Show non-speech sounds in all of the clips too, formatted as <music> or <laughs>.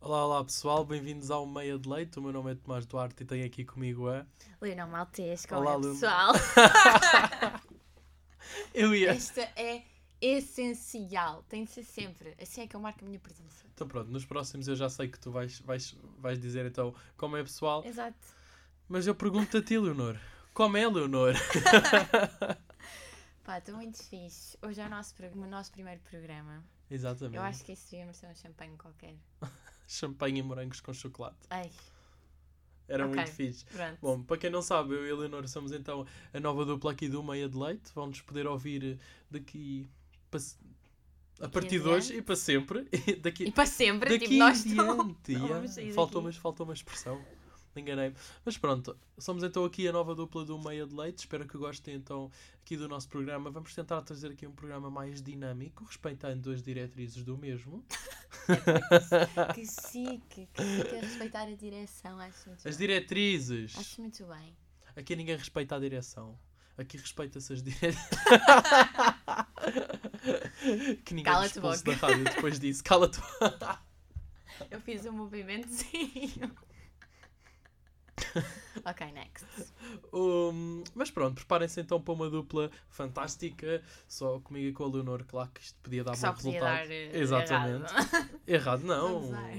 Olá, olá pessoal, bem-vindos ao Meia de Leite. O meu nome é Tomás Duarte e tenho aqui comigo a. Leonel Maltês, Olá, olá, é, Lu. pessoal. <laughs> Eu ia. Esta é essencial, tem de ser sempre. Assim é que eu marco a minha presença. Então pronto, nos próximos eu já sei que tu vais, vais, vais dizer então como é pessoal, Exato. mas eu pergunto a ti, Leonor. Como é, Leonor? <laughs> Pá, estou muito fixe. Hoje é o nosso, prog- o nosso primeiro programa. Exatamente. Eu acho que isso devia merecer um champanhe qualquer. Champanhe e morangos com chocolate. Ai, Era Ok. muito fixe. pronto. Bom, para quem não sabe, eu e a Leonor somos então a nova dupla aqui do Meia de Leite. Vão-nos poder ouvir daqui. pa- A partir de hoje e para sempre. <laughs> E daqui E para sempre, daqui tipo, nós em estamos. diante, não yeah. vamos sair faltou, daqui. mas, faltou uma expressão. Me Enganei. Mas pronto, somos então aqui a nova dupla do Meia de Leite. Espero que gostem então aqui do nosso programa. Vamos tentar trazer aqui um programa mais dinâmico, respeitando as diretrizes do mesmo. Que chique, que chique a respeitar a direção, acho muito As bem. diretrizes! Acho muito bem. Aqui ninguém respeita a direção. Aqui respeita-se as <laughs> diretrizes. <laughs> que ninguém Cala-te, expulse da boca. rádio depois disso. Cala-te. Eu fiz <laughs> um movimentozinho. ok, next. Um, mas pronto, preparem-se então para uma dupla fantástica, só comigo e com a Leonor, claro que isto podia dar Só bom podia resultado. dar eh, Exatamente. errado. Errado não. Vamos lá.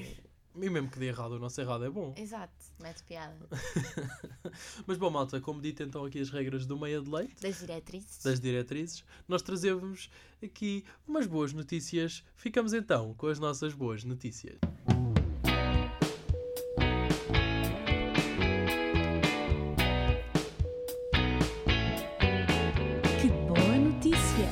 E mesmo que dê errado, o nosso errado é bom. Exato, mete piada. Mas bom, malta, como dito então aqui as regras do meia de leite, Das diretrizes. das diretrizes, nós trazemos aqui umas boas notícias. Ficamos então com as nossas boas notícias. Que boa notícia!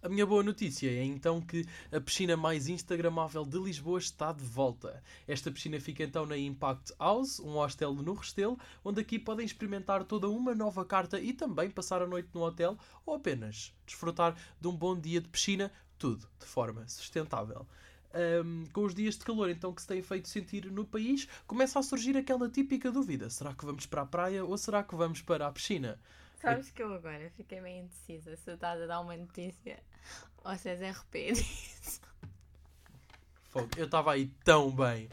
A minha boa notícia é então que a piscina mais instagramável de Lisboa está de volta. Esta piscina fica então na Impact House, um hostel no Restelo, onde aqui podem experimentar toda uma nova carta e também passar a noite no hotel ou apenas desfrutar de um bom dia de piscina, tudo de forma sustentável. Ahm, com os dias de calor então que se têm feito sentir no país, começa a surgir aquela típica dúvida: será que vamos para a praia ou será que vamos para a piscina? Sabes que eu agora fiquei meio indecisa se tu estás a dar uma notícia ou se és RP disso. Fogo. Eu estava aí tão bem.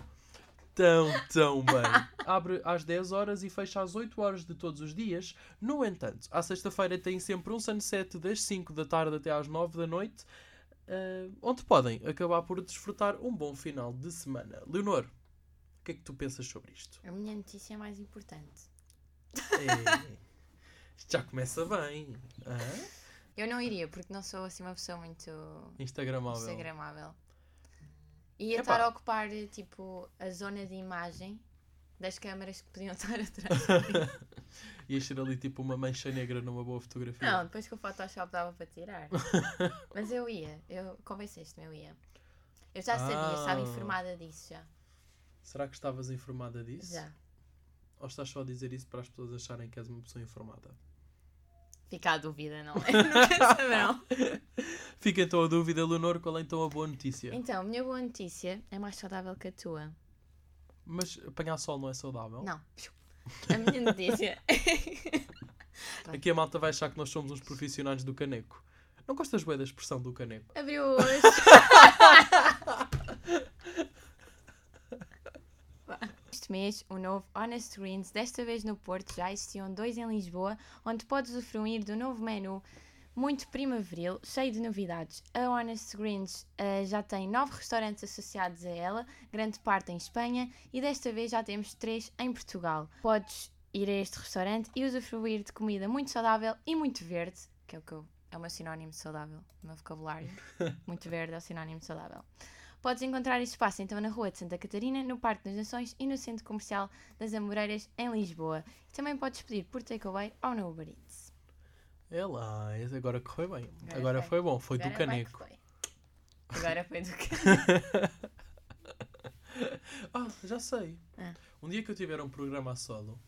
Tão, tão bem. <laughs> Abre às 10 horas e fecha às 8 horas de todos os dias. No entanto, à sexta-feira tem sempre um sunset das 5 da tarde até às 9 da noite, eh, onde podem acabar por desfrutar um bom final de semana. Leonor, o que é que tu pensas sobre <laughs> isto? A minha notícia é mais importante. Ei, É. isto já começa bem. Hã? Eu não iria, porque não sou assim uma pessoa muito Instagramável. instagramável. Ia Epá. estar a ocupar eh, tipo a zona de imagem das câmaras que podiam <laughs> estar atrás. Ias ser ali tipo uma mancha negra numa boa fotografia. não, depois que o Photoshop dava <laughs> para tirar. Mas eu ia, eu convenceste-me, eu ia. Eu já sabia, estava Ah. informada disso já. Será que estavas informada disso? Já. Ou estás só a dizer isso para as pessoas acharem que és uma pessoa informada? Fica à dúvida, não é? <laughs> Não quero saber, não. Fica então a dúvida, Leonor, qual é então a boa notícia? Então, a minha boa notícia é mais saudável que a tua. Mas apanhar sol não é saudável? Não. <laughs> A minha notícia. Aqui a malta vai achar que nós somos uns profissionais do caneco. Não gostas bem da expressão do caneco? Abriu hoje. <laughs> Este mês, o novo Honest Greens, desta vez no Porto, já existiam dois em Lisboa, onde podes usufruir do novo menu muito primaveril, cheio de novidades. A Honest Greens ah, já tem nove restaurantes associados a ela, grande parte em Espanha, e desta vez já temos três em Portugal. Podes ir a este restaurante e usufruir de comida muito saudável e muito verde, que é o que eu- é o meu sinónimo de saudável, o meu vocabulário. Muito verde é o sinónimo de saudável. Podes encontrar este espaço então na Rua de Santa Catarina, no Parque das Nações e no Centro Comercial das Amoreiras, em Lisboa. Também podes pedir por takeaway ou no Uber Eats. É lá, esse agora correu bem. Agora, Agora foi. foi bom, foi do Agora vai que caneco. foi. Agora foi do caneco. Ah, já sei. Ah. Um dia que eu tiver um programa a solo,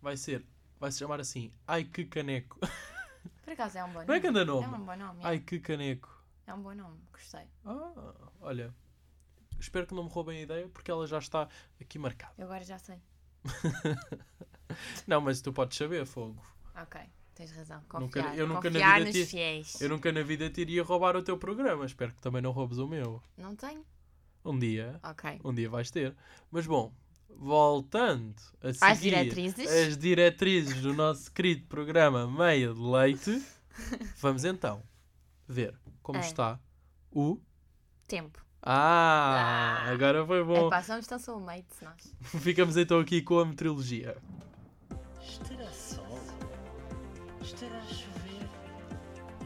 vai ser, vai se chamar assim, Ai que caneco. <laughs> Por acaso é um bom nome. Não é que anda É nome? um bom nome. é. Ai que caneco. É um bom nome, gostei. Ah, olha, espero que não me roubem a ideia porque ela já está aqui marcada. Eu agora já sei. Não, mas tu podes saber, fogo. Ok, tens razão. Confiar, Nunca- eu nunca na Confiar vida nos tive- fiéis. Eu nunca na vida te iria roubar o teu programa. Espero que também não roubes o meu. Não tenho. Um dia, Ok. um dia vais ter. Mas bom, voltando a seguir Às diretrizes. as diretrizes do nosso querido programa Meia de Leite, vamos então ver como É. está o. Tempo. Ah, Ah. agora foi bom. Epá, somos tão soulmates nós. Ficamos então aqui com a meteorologia. Estará sol? Estará a chover?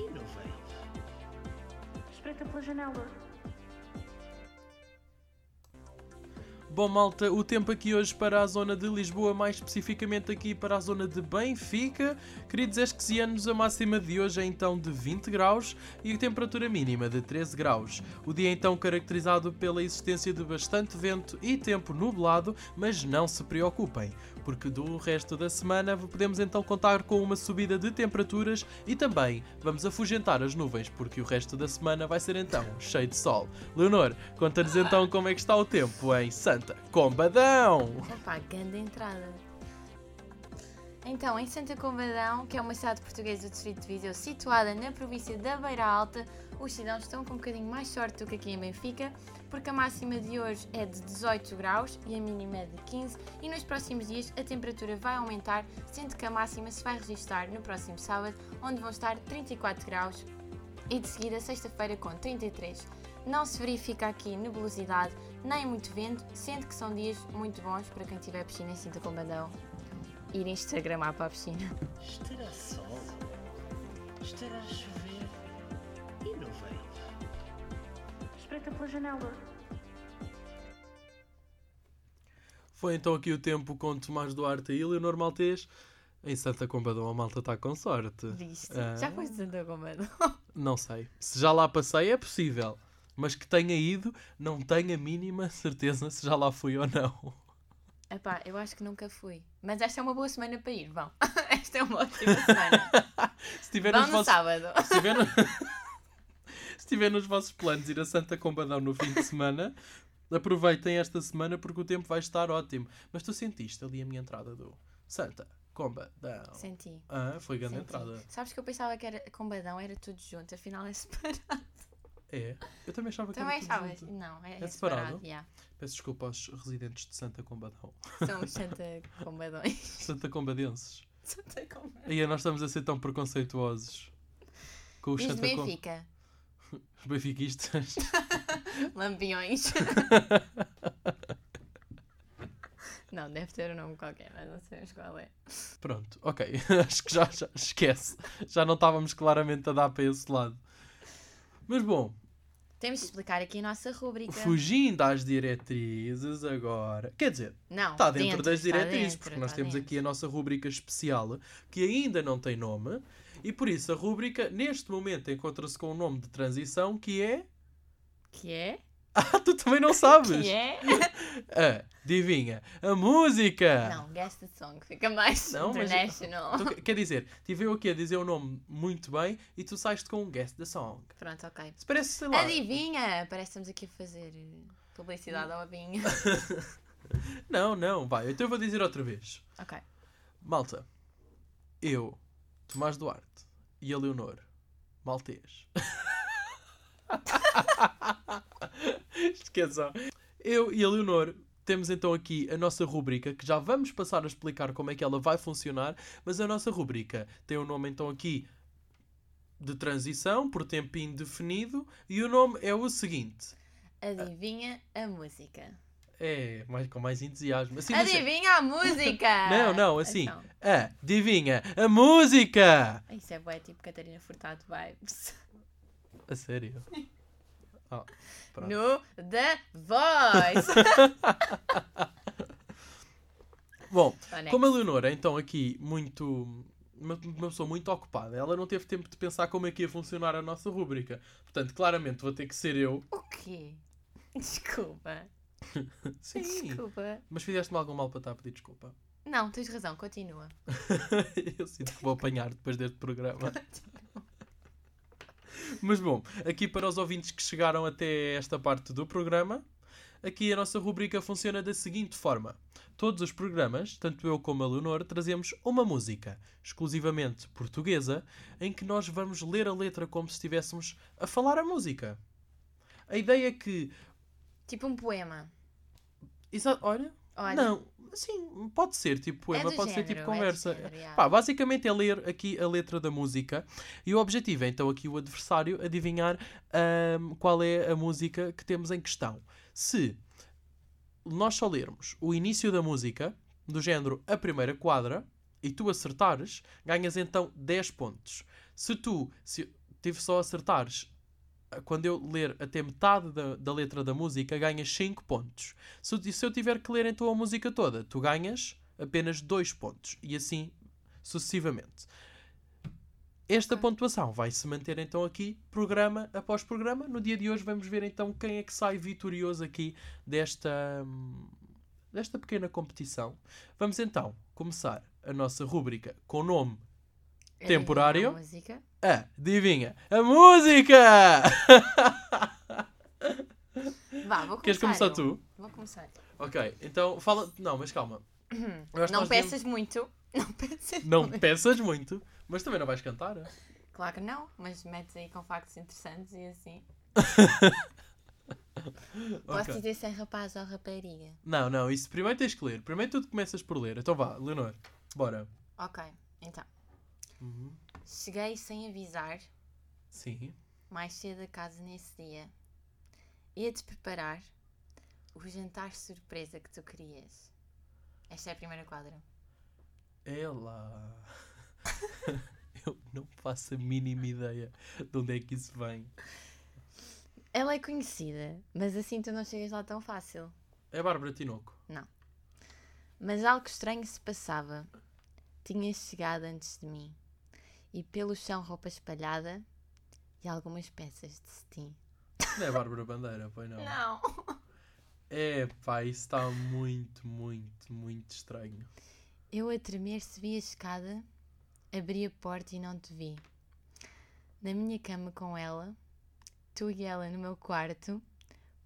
E não vem. Espreita pela janela. Bom, malta, o tempo aqui hoje para a zona de Lisboa, mais especificamente aqui para a zona de Benfica. Queridos esquecianos, a máxima de hoje é então de 20 graus e a temperatura mínima de 13 graus. O dia é então caracterizado pela existência de bastante vento e tempo nublado, mas não se preocupem, porque do resto da semana podemos então contar com uma subida de temperaturas e também vamos afugentar as nuvens, porque o resto da semana vai ser então cheio de sol. Leonor, conta-nos então como é que está o tempo em Santa Combadão! Epá, grande entrada. Então, em Santa Combadão, que é uma cidade portuguesa do Distrito de Viseu, situada na província da Beira Alta, os cidadãos estão com um bocadinho mais sorte do que aqui em Benfica, porque a máxima de hoje é de 18 graus e a mínima é de 15, e nos próximos dias a temperatura vai aumentar, sendo que a máxima se vai registrar no próximo sábado, onde vão estar 34 graus e de seguida sexta-feira com 33. Não se verifica aqui nebulosidade nem muito vento, sendo que são dias muito bons para quem tiver piscina em Sinta Combadão ir instagramar para a piscina. <laughs> Estará sol? Estará a chover? E não vem. Espreita pela janela. Foi então aqui o tempo com Tomás Duarte e Leonor Maltês. Em Santa Combadão a malta está com sorte. Viste? Ah. Já foste de Santa Combadão? Não sei. Se já lá passei é possível. Mas que tenha ido, não tenho a mínima certeza se já lá fui ou não. <laughs> Epá, eu acho que nunca fui. Mas esta é uma boa semana para ir, vão. <laughs> Esta é uma ótima <laughs> semana. Se tiver vão nos no vossos- sábado. Se tiver, no- <laughs> Se tiver nos vossos planos ir a Santa Combadão no fim de semana, aproveitem esta semana porque o tempo vai estar ótimo. Mas tu sentiste ali a minha entrada do Santa Combadão? Senti. Ah, foi grande senti. entrada. Sabes que eu pensava que era Combadão, era tudo junto, afinal é separado. É. Eu também achava que Também era tudo achavas? junto. Não, é, É é separado? separado. yeah. Peço desculpa aos residentes de Santa Combadão. São os Santa Combadões. <laughs> Santa Combadenses. Santa Combadão. Aí nós estamos a ser tão preconceituosos. Com os Diz Santa Com... Benfica. Os benfiquistas. Lampiões. <laughs> não, deve ter um nome qualquer, mas não sabemos qual é. Pronto, ok. <laughs> Acho que já, já esquece. Já não estávamos claramente a dar para esse lado. Mas bom, Temos de explicar aqui a nossa rúbrica. fugindo às diretrizes agora. Quer dizer, Não, está Tá dentro, das está diretrizes, dentro, porque nós está temos dentro. aqui a nossa rúbrica especial que ainda não tem nome. E por isso a rúbrica, neste momento, encontra-se com o nome de transição que é. <laughs> Que é? Ah, tu também não sabes! <laughs> Que é? <laughs> Ah, adivinha, a música! Não, guess the song, fica mais Não, mas- international. Tu que- quer dizer, tive eu aqui a dizer o nome muito bem e tu saíste com um guess da song. Pronto, ok. Se parece, sei lá. Adivinha! Parece que estamos aqui a fazer eh, publicidade ao <laughs> vinho. Não, não, vai. Então eu vou dizer outra vez. ok. Malta, eu, Tomás Duarte e a Leonor, maltês. <laughs> Esqueçam. Eu e a Leonor temos então aqui a nossa rúbrica, que já vamos passar a explicar como é que ela vai funcionar, mas a nossa rúbrica tem o nome então aqui de transição, por tempo indefinido, e o nome é o seguinte. Adivinha a música. É, mais, com mais entusiasmo. Assim, deixa- Adivinha a música! Não, não, assim. Então, Adivinha, a música! isso é bué, tipo Catarina Furtado vibes. A sério? Ah, pronto. No The Voice. <laughs> Bom, Só next. como a Leonora, então, aqui, muito. Uma, uma pessoa muito ocupada, ela não teve tempo de pensar como é que ia funcionar a nossa rúbrica. Portanto, claramente vou ter que ser eu. O quê? Desculpa. Sim. Desculpa. Mas fizeste-me algum mal para estar a pedir desculpa. Não, tens razão, continua. <laughs> eu sinto que vou apanhar depois deste programa. Mas bom, aqui para os ouvintes que chegaram até esta parte do programa, aqui a nossa rubrica funciona da seguinte forma. Todos os programas, tanto eu como a Leonor, trazemos uma música, exclusivamente portuguesa, em que nós vamos ler a letra como se estivéssemos a falar a música. A ideia é que Tipo um poema. Exa- olha, Olha, não, sim, pode ser tipo é poema, do pode género, ser tipo é do conversa. género, yeah. Pá, basicamente é ler aqui a letra da música e o objetivo é então aqui o adversário adivinhar ahm, qual é a música que temos em questão. Se nós só lermos o início da música, do género a primeira quadra, e tu acertares, ganhas então 10 pontos. Se tu se tive só acertares ah, quando eu ler até metade da, da letra da música, ganhas 5 pontos. Se, eu- se eu tiver que ler então a música toda, tu ganhas apenas 2 pontos. E assim sucessivamente. Esta pontuação vai se manter então aqui, programa após programa. No dia de hoje vamos ver então quem é que sai vitorioso aqui desta, hum, desta pequena competição. Vamos então começar a nossa rúbrica com o nome adivinha temporário. a música. A, adivinha, a música! Vá, vou começar. Queres começar eu. tu? Vou começar. Ok, então fala. Não, mas calma. Eu acho que Não nós devemos- peças muito. <laughs> Não peças Não muito. peças muito, mas também não vais cantar. Claro que não, mas metes aí com factos interessantes e assim. Posso Ok. dizer se é rapaz ou rapariga. Não, não, isso primeiro tens que ler. Primeiro tu começas por ler. Então vá, Leonor, bora. Ok, então. Uhum. Cheguei sem avisar, Sim. mais cedo a casa nesse dia. Ia-te preparar o jantar surpresa que tu querias. Esta é a primeira quadra. Ela. <laughs> Eu não faço a mínima ideia de onde é que isso vem. Ela é conhecida, mas assim tu não chegas lá tão fácil. É Bárbara Tinoco. Mas algo estranho se passava. Tinhas chegado antes de mim. E pelo chão roupa espalhada e algumas peças de cetim. Não é Bárbara Bandeira, pois não. Não! É pá, isso está muito, muito, muito estranho. Eu a tremer subi a escada, abri a porta e não te vi. Na minha cama com ela, tu e ela no meu quarto,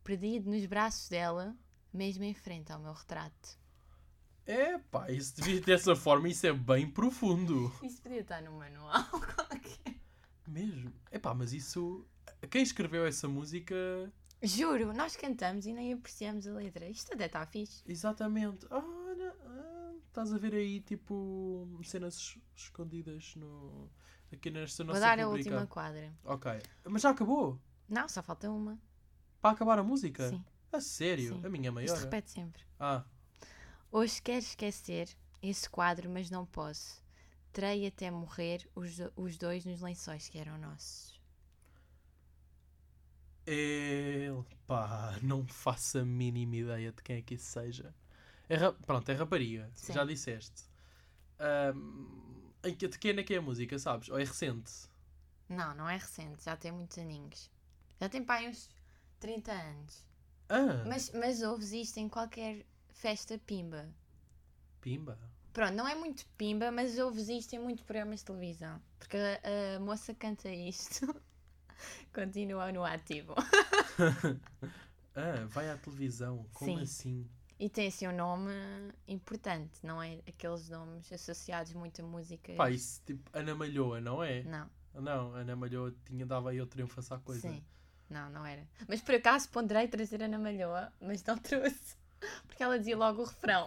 perdido nos braços dela, mesmo em frente ao meu retrato. É pá, isso devia dessa forma, isso é bem profundo. Isso podia estar no manual qualquer. Mesmo. É pá, mas isso. Quem escreveu essa música. Juro, nós cantamos e nem apreciamos a letra. Isto até está fixe. Exatamente. Olha, ah, estás a ver aí, tipo, cenas es- escondidas no... aqui nesta nossa Vou dar a rubrica. última quadra. Ok. Mas já acabou? Não, só falta uma. Para acabar a música? Sim. A sério? Sim. A minha maior? Isto repete sempre. Ah, Hoje quero esquecer esse quadro, mas não posso. Terei até morrer os, do- os dois nos lençóis que eram nossos. ele... Pá, não faço a mínima ideia de quem é que isso seja. É ra- Pronto, é rapariga. Sim. Já disseste. Ahm, em que- De quem é que é a música, sabes? Ou é recente? Não, não é recente, já tem muitos aninhos. Já tem pai uns 30 anos. Ah, Mas, mas ouves isto em qualquer festa pimba. pimba. Pronto, não é muito pimba, mas ouves isto em muitos programas de televisão. Porque a, a moça canta isto. <laughs> Continua no ativo. Ah, vai à televisão. Como Sim. assim? E tem assim um nome importante, não é aqueles nomes associados muito a música. Pá, isso tipo Ana Malhoa, não é? Não, Não, Ana Malhoa tinha, dava aí outro enface à coisa. sim. Não, não era. Mas por acaso ponderei trazer a Ana Malhoa, mas não <laughs> trouxe. Porque ela dizia logo <laughs> o refrão.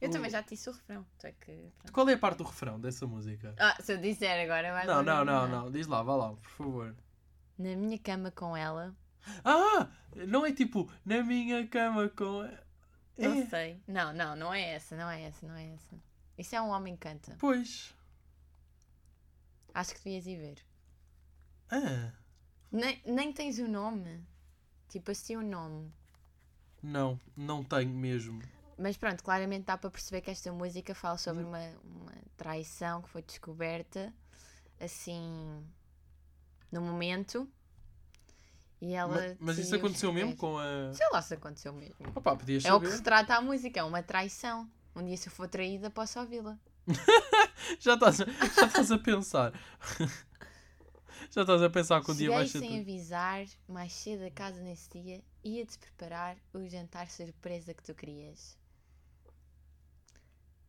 eu O- também já te disse o refrão. Só que. pronto. Qual é a parte do refrão dessa música? Ah, se eu disser agora, vai. Não, não, não, não. Diz lá, vá lá, por favor. Na minha cama com ela, Ah! Não é tipo, na minha cama com. não É, sei. Não, não, não é essa, não é essa, não é essa. Isso é um homem que canta. pois. Acho que devias ir ver. Ah! Nem, nem tens o nome. Tipo assim o nome. Não, não tenho mesmo. Mas pronto, claramente dá para perceber que esta música fala sobre Hum. uma, uma traição que foi descoberta assim no momento. E ela. Ma- mas isso decidiu aconteceu mesmo escrever. com a. Sei lá se aconteceu mesmo. Opa, podias É o que saber. se trata a música, é uma traição. Um dia se eu for traída posso ouvi-la. Já estás, já estás a pensar. <laughs> já estás a pensar que um dia Cheguei vais ser. sem tu. avisar, mais cedo a casa nesse dia, ia-te preparar o jantar surpresa que tu querias.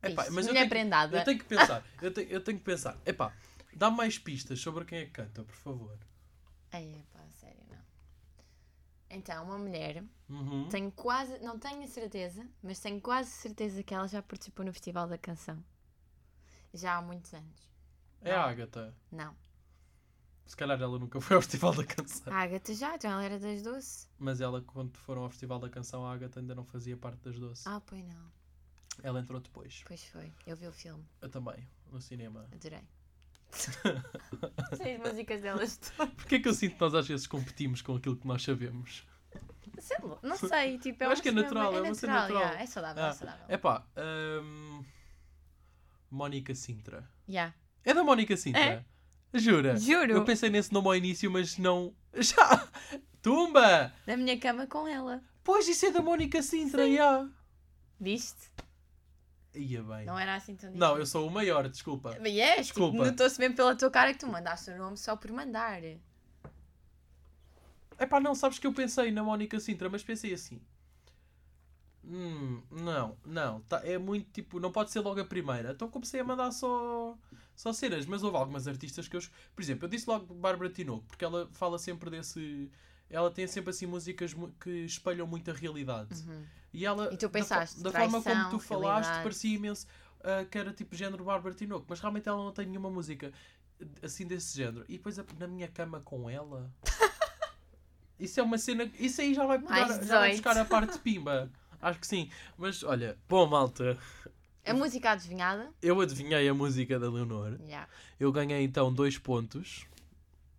Epá, Viste? mas eu Mulher tenho que- prendada. Eu tenho que pensar, eu tenho, eu tenho que pensar. Epá, dá mais pistas sobre quem é que canta, por favor. Ai, pá, sério, não. Então, uma mulher, Uhum. tenho quase, não tenho a certeza, mas tenho quase certeza que ela já participou no Festival da Canção. Já há muitos anos. É a Agatha. Não. Se calhar ela nunca foi ao Festival da Canção. A Agatha já, então ela era das doce. Mas ela, quando foram ao Festival da Canção, a Agatha ainda não fazia parte das doce. Ah, pois não. Ela entrou depois. Pois foi. Eu vi o filme. Eu também, no cinema. <laughs> Adorei. <laughs> Sei as músicas delas todas. Porquê é que eu sinto que nós às vezes competimos com aquilo que nós sabemos? Sei lá, Não sei, tipo, é Eu acho uma que é cena- natural, é uma cena natural. yeah, é saudável, Ah, é saudável. Epá, hum, Mónica Sintra. Yeah. É da Mónica Sintra? Jura? Juro. É. Eu pensei nesse nome ao início, mas não... <laughs> Já! Tumba! Da minha cama com ela. Pois, isso é da Mónica Sintra, já! Viste? Ia bem. Não era assim tão Não, eu sou o maior, desculpa. Mas é, tipo, Desculpa. notou-se mesmo pela tua cara que tu mandaste o nome só por mandar. Epá, não, sabes que eu pensei na Mónica Sintra, mas pensei assim. Hum, não, não, tá- é muito tipo, não pode ser logo a primeira. Então comecei a mandar só, só cenas, mas houve algumas artistas que eu. es- Por exemplo, eu disse logo Bárbara Tinoco, porque ela fala sempre desse. Ela tem sempre assim músicas mu- que espelham muito a realidade. Uhum. E, ela, E tu da fo- pensaste, da, forma como traição, tu falaste, realidade. parecia imenso ah, que era tipo género Bárbara Tinoco, mas realmente ela não tem nenhuma música assim desse género. E depois a- na minha cama com <laughs> ela. Isso é uma cena. Isso aí já vai, pegar, Mais já vai 18. buscar a parte de pimba. Acho que sim. Mas olha, bom malta, A música adivinhada? eu adivinhei a música da Leonor. Yeah. Eu ganhei então dois pontos.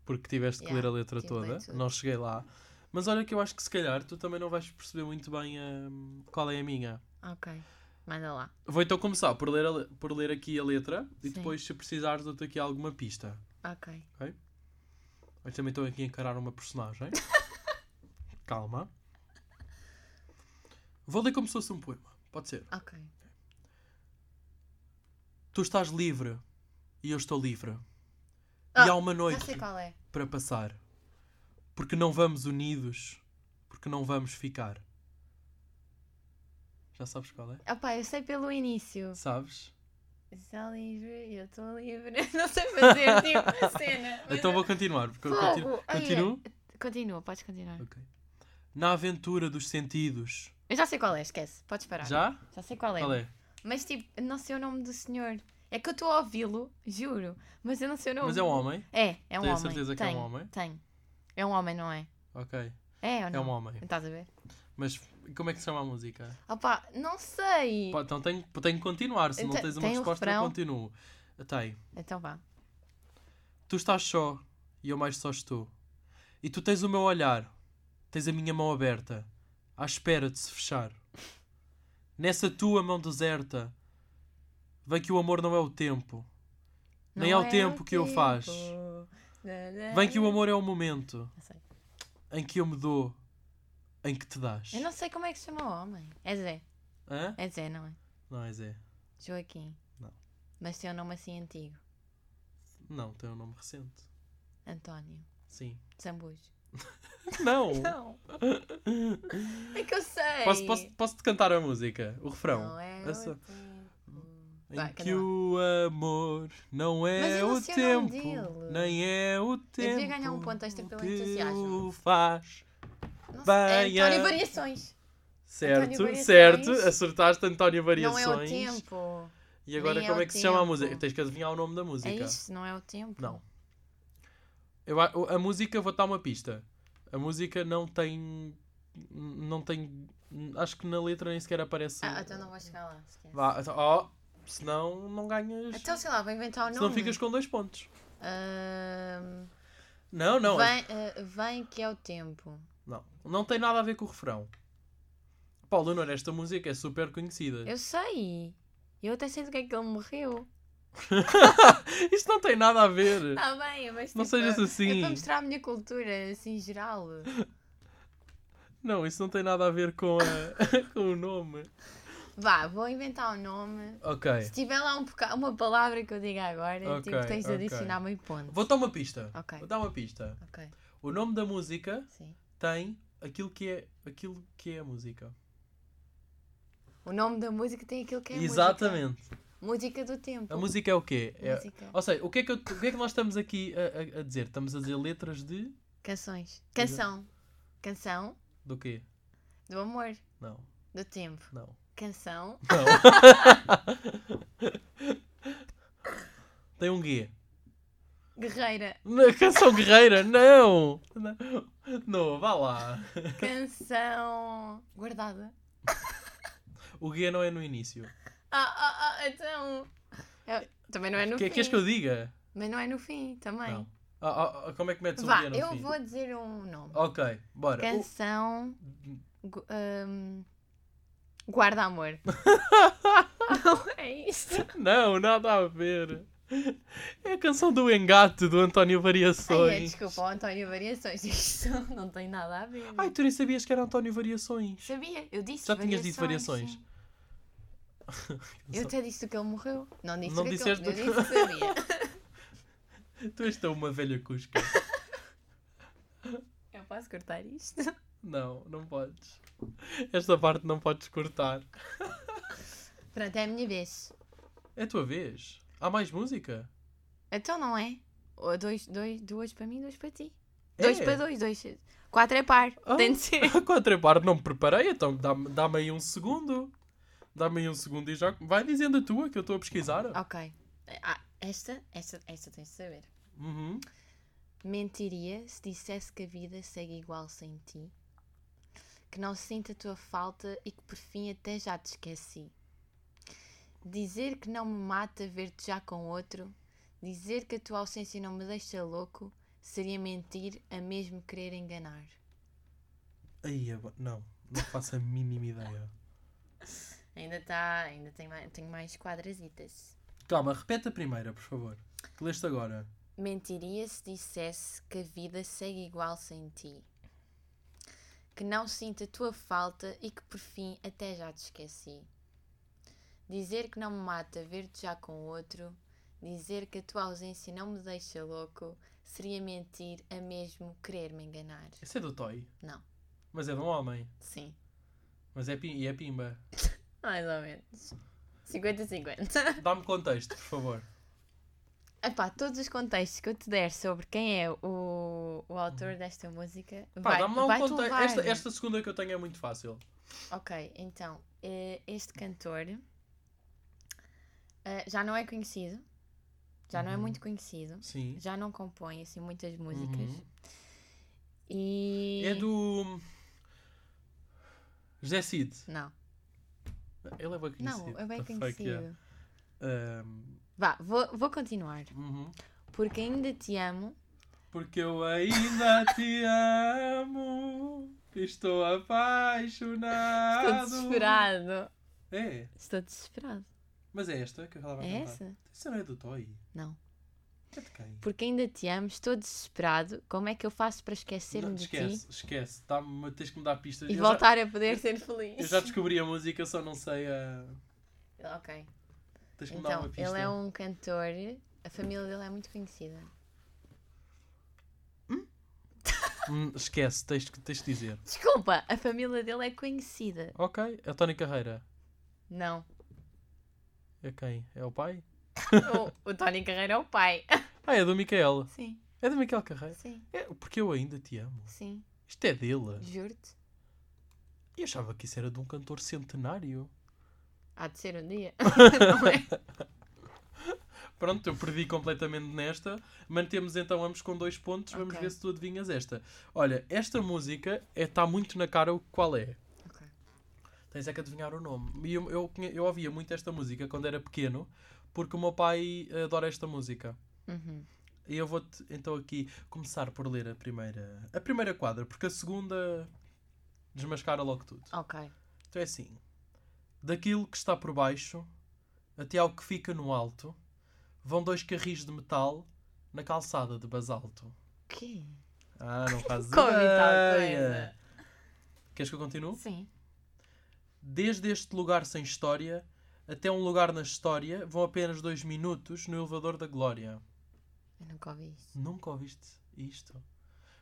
Porque tiveste que ler Yeah, a letra tive que ler toda. tudo. Não cheguei lá. Mas olha que eu acho que se calhar tu também não vais perceber muito bem hum, qual é a minha. Ok. Manda lá. Vou então começar por ler, a le- por ler aqui a letra e Sim. depois, se precisares, dou-te aqui alguma pista. Ok. Eu também estou aqui a encarar uma <laughs> personagem. Calma. Vou ler como se fosse um poema. Pode ser. Ok. Tu estás livre e eu estou livre. Ah, e há uma Já noite sei qual é. para passar. Porque não vamos unidos, porque não vamos ficar. Já sabes qual é? Opa, eu sei pelo início. Sabes? Está livre, eu estou livre. <laughs> Não sei fazer, <laughs> tipo, a cena. mas Então eu- vou continuar. Porque eu Fogo! continuo. Ai, ai. continuo? Continua, podes continuar. Ok. Na aventura dos sentidos. Eu já sei qual é, esquece. Podes parar. Já? Já sei qual é. Qual é? Mas tipo, não sei o nome do senhor. É que eu estou a ouvi-lo, juro. Mas eu não sei o nome. Mas é um homem? É, é um Tenho homem. certeza que é um Tenho, homem? Tenho. É um homem, não é? Ok. É ou não? É um homem. Estás a ver? Mas como é que se chama a música? Opa, não sei. Pá, então tenho, tenho que continuar. Se não Então, tens uma tem o resposta, eu refrão? continuo. Tem. Então vá. Tu estás só e eu mais só estou. E tu tens o meu olhar, tens a minha mão aberta, à espera de se fechar. Nessa tua mão deserta, vem que o amor não é o tempo. Nem Não é ao tempo que eu tempo. faz. Na, na, Vem que o na. amor é o momento Não sei. em que eu me dou, em que te dás. Eu não sei como é que se chama o homem. É Zé. Hã? É Zé, não é? Não, é Zé. Joaquim. Não. Mas tem um nome assim antigo. Não, tem um nome recente. António. Sim. Zambujo. <laughs> Não! Não. <laughs> é que eu sei. Posso, posso, posso te cantar a música? O refrão? Não é Eu sou- o tempo. Em Vai, que canta lá. o amor não é eu não o sei o nome tempo, dele. nem é o devia tempo. ganhar um ponto extra pelo que entusiasmo. o faz. Não Bem, sei. É António ah, Variações. Certo, Variações. certo. Acertaste António Não Variações. é o tempo. E agora Nem é como é o que se chama a tempo. música? Tens que adivinhar o nome da música. É isso, não é o tempo. Não. Eu, a, a música, vou dar uma pista. A música não tem. Não tem. Acho que na letra nem sequer aparece. Ah, então não vou chegar lá. Esquece. Vá, então, ó, senão não ganhas. Então sei lá, vou inventar o nome. senão ficas com dois pontos. Ahm, Não, não. vem, ah, vem que é o tempo. Não, não tem nada a ver com o refrão. Pá, Leonor, esta música é super conhecida. Eu sei. Eu até sei do que é que ele morreu. Isto não tem nada a ver. Está bem, mas Não tipo, sejas é- assim. É para mostrar a minha cultura, assim, geral. Não, isso não tem nada a ver com, a- <laughs> com o nome. Vá, vou inventar o nome. Ok. Se tiver lá um boca- uma palavra que eu diga agora, É. Ok, tipo, tens de ok. adicionar meio ponto. Vou dar uma pista. Ok. Vou dar uma pista. Ok, O nome da música sim. tem aquilo que é, aquilo que é a música. O nome da música tem aquilo que é a Exatamente. música. Música do tempo. A música é o quê? É- Música. Ou seja, o que é que, eu- o que é que nós estamos aqui a, a- a dizer? Estamos a dizer letras de. Canções. Canção. Canção. Do quê? Do amor, Não, do tempo. não. Canção. Não. Tem um guia. Guerreira. Na canção guerreira, não! Não, não vá lá. Canção. Guardada. O guia não é no início. Ah, ah, ah, então. Eu- Também não é no que, fim. Queres que eu diga? Mas não é no fim também. Não. Ah, ah, ah, como é que metes o Vá, guia no eu fim? vou dizer um nome. Ok, bora. Uh, Canção. O- gu- hum, <laughs> Guarda-amor. não é isto. Não, nada a ver. É a canção do engate do António Variações. Ai, é, desculpa, o António Variações. Isto não tem nada a ver. Ai, tu nem sabias que era António Variações. Sabia? Eu disse Já tinhas dito variações. sim. Eu até disse que ele morreu. Não disse Não que disseste ele... que- Eu disse que sabia. <laughs> Tu és tão uma velha cusca. Eu posso cortar isto? Não, não podes. Esta parte não podes cortar. Pronto, é a minha vez. É a tua vez. Há mais música? Então não é? Ou dois, dois, duas para mim, duas para ti. É. Dois para dois, dois. Quatro é par. Ah. Tem de ser. <laughs> A contra parte não me preparei, então dá-me dá aí um segundo. Dá-me aí um segundo e já. Vai dizendo a tua que eu estou a pesquisar. ok. Ah, esta, esta, esta tens de saber. Uhum. Mentiria se dissesse que a vida segue igual sem ti. Que não sinto a tua falta e que por fim até já te esqueci. Dizer que não me mata ver-te já com outro. Dizer que a tua ausência não me deixa louco. Seria mentir a mesmo querer enganar. Aí, é bo- não, não faço a mínima ideia. Ainda tá, ainda tenho mais, tenho mais quadrazitas. Calma, repete a primeira, por favor. Que leste agora. Mentiria se dissesse que a vida segue igual sem ti. Que não sinto a tua falta e que por fim até já te esqueci. Dizer que não me mata ver-te já com outro, dizer que a tua ausência não me deixa louco, seria mentir a mesmo querer me enganar. Esse é do Toy, Não, mas é de um homem. sim, Mas é, pim- e é pimba. mais ou menos. 50-50. Dá-me contexto, por favor. Epá, todos os contextos que eu te der sobre quem é o, o autor desta música, Pá, vai, dá-me lá um vai-te contexto. levar. Esta, esta segunda que eu tenho é muito fácil. Ok, então, eh, este cantor eh, já não é conhecido, já não é Uhum. muito conhecido, Sim. já não compõe assim muitas músicas. Uhum. E. É do. José Cid. Não, Ele é bem conhecido. não, é The bem fuck, conhecido. yeah. Ahm, Vá, vou, vou continuar. uhum. Porque ainda te amo. Porque eu ainda te amo. Estou Estou apaixonado. desesperado. É, Estou desesperado. mas é esta que ela vai É cantar. essa? Isso não é do Toy. Não. É de quem? Porque ainda te amo, estou desesperado. Como é que eu faço para esquecer-me Não, um de esquece, ti esquece. Dá-me- tens que me dar pistas. e eu, voltar a poder ser já, eu feliz? já descobri a música, só não sei a. Ok. Tens que me dar Então, uma pista. ele é um cantor, a família dele é muito conhecida. Hum, esquece, tens, que- tens de dizer. Desculpa, a família dele é conhecida. Ok, é o Tony Carreira. Não, É quem? É o pai? o, o Tony Carreira é o pai. <laughs> Ah, é do Micael. Sim, É do Micael Carreira. sim, É, porque eu ainda te amo. sim, Isto é dele. juro-te. Eu achava que isso era de um cantor centenário. Há de ser um dia. Pronto, eu perdi completamente nesta. Mantemos então ambos com dois pontos. Vamos Ok. ver se tu adivinhas esta. Olha, esta música está muito na cara o qual é. Ok. Tens é que adivinhar o nome. E eu, eu, conhe- eu ouvia muito esta música quando era pequeno, porque o meu pai adora esta música. Uhum. E eu vou-te então aqui começar por ler a primeira, a primeira quadra, porque a segunda desmascara logo tudo. Ok. Então é assim: daquilo que está por baixo até ao que fica no alto, vão dois carris de metal na calçada de basalto. O quê? Ah, não faz Como e tal ideia. coisa. Queres que eu continue? Sim. Desde este lugar sem história até um lugar na história, vão apenas dois minutos no elevador da glória. Eu nunca ouvi isso. Nunca ouviste isto?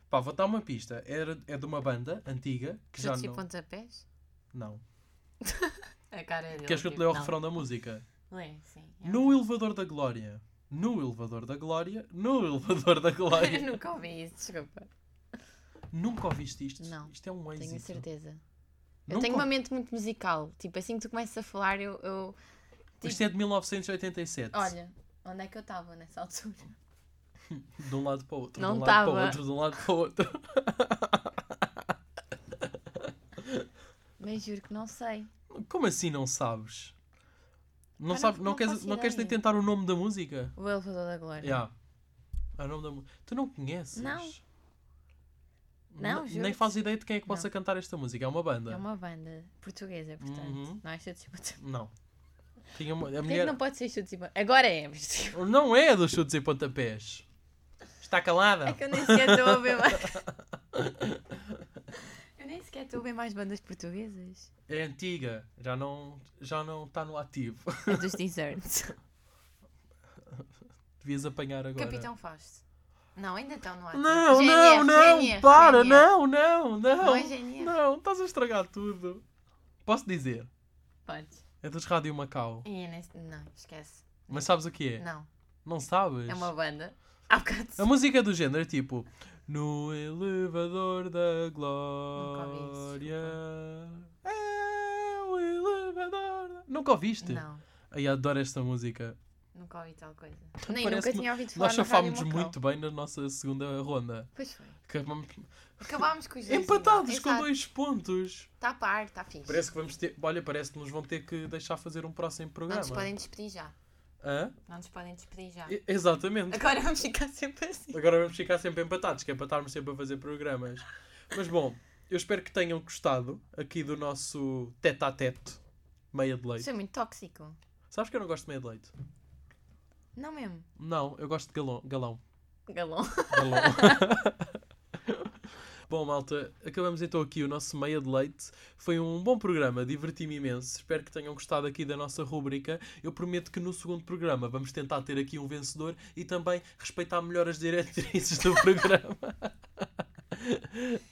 Pá, vou dar uma pista. Era, é de uma banda antiga que já Chutes e não. pontapés? Não. A cara dele. Queres que eu te tipo, leia o não. refrão da música? Lê, sim. é. No elevador da glória. No <laughs> elevador da glória. No elevador da glória. Eu nunca ouvi isso, desculpa. Nunca ouviste isto? Não, Isto é um êxito. Tenho certeza. Eu Nunca tenho uma ouvi- mente muito musical. Tipo, assim que tu começas a falar, eu. eu- Isto é de 1987. Olha, onde é que eu estava nessa altura? De um lado para o outro. Não de um lado para tava. o outro, de um lado para o outro. <laughs> Mas juro que não sei. Como assim não sabes? Não, Ah, não- sabes, não, não queres, faço não queres nem ideia. tentar o nome da música? O Elevador da Glória. Yeah. É o nome da mu- Tu não conheces? Não. Não, Não, nem juro-te. faz ideia de quem é que possa Não. cantar esta música. É uma banda. É uma banda portuguesa, portanto. Uhum. Não é Chutes e Pontapés. Não. Tinha uma... A Porquê que mulher... não pode ser Chutes e Pontapés? Agora é, mas não... é dos chutes e pontapés. Está calada? é que eu nem sequer estou a ouvir <laughs> mais. eu nem sequer estou a ouvir mais bandas portuguesas. É antiga. Já não já não está no ativo. <laughs> É dos Deserts. Devias apanhar <laughs> agora. Capitão Fausto. Não, ainda estão no ar. Não, não, não, para, não, não, Não não. é GNR. Não, estás a estragar tudo. Posso dizer? Podes. É dos Rádio Macau. E é nesse- Não, esquece. Mas sabes o que é? Não, Não sabes? é uma banda. Há bocado. A música do género é tipo No elevador da ouvi isso, glória É o elevador da... Nunca ouviste? Não, Ai, adoro esta música nunca ouvi tal coisa. Nem Parece nunca que tinha ouvido falar Nós Tipo, no Rádio chafámos Macau. muito bem na nossa segunda ronda Pois foi. Acabamos- Acabámos com os dois Empatados com igual. dois pontos Está a par, está fixe. Parece que vamos ter... Olha, parece que nos vão ter que deixar fazer um próximo Não programa nos Ah, podem Ah. despedir já. Hã? Não nos podem despedir já. E- Exatamente Agora vamos ficar sempre assim. Agora vamos ficar sempre empatados, que é para estarmos sempre a fazer programas. Mas bom, eu espero que tenham gostado aqui do nosso tete a tete meia de leite. Isso é muito tóxico. Sabes que eu não gosto de meia de leite? Não mesmo. Não, eu gosto de galão. Galão. Galão. galão. <laughs> bom, malta, acabamos então aqui o nosso meia de leite. Foi um bom programa, diverti-me imenso. Espero que tenham gostado aqui da nossa rúbrica. Eu prometo que no segundo programa vamos tentar ter aqui um vencedor e também respeitar melhor as diretrizes do <laughs> programa.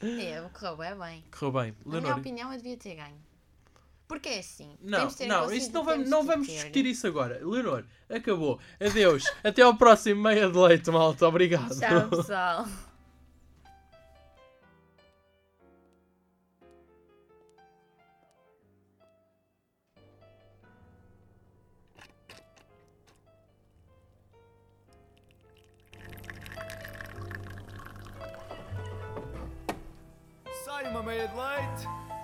É, correu é bem. Correu bem. Na minha Leonor, opinião, eu devia ter ganho. Porque é assim. Não, temos de ter em não, consideração- isso não temos vamos, de não vamos ter- né? discutir isso agora. Leonor, acabou. Adeus. Até ao próximo meia de leite, malta. Obrigado. Tchau, pessoal. Sai uma meia de leite.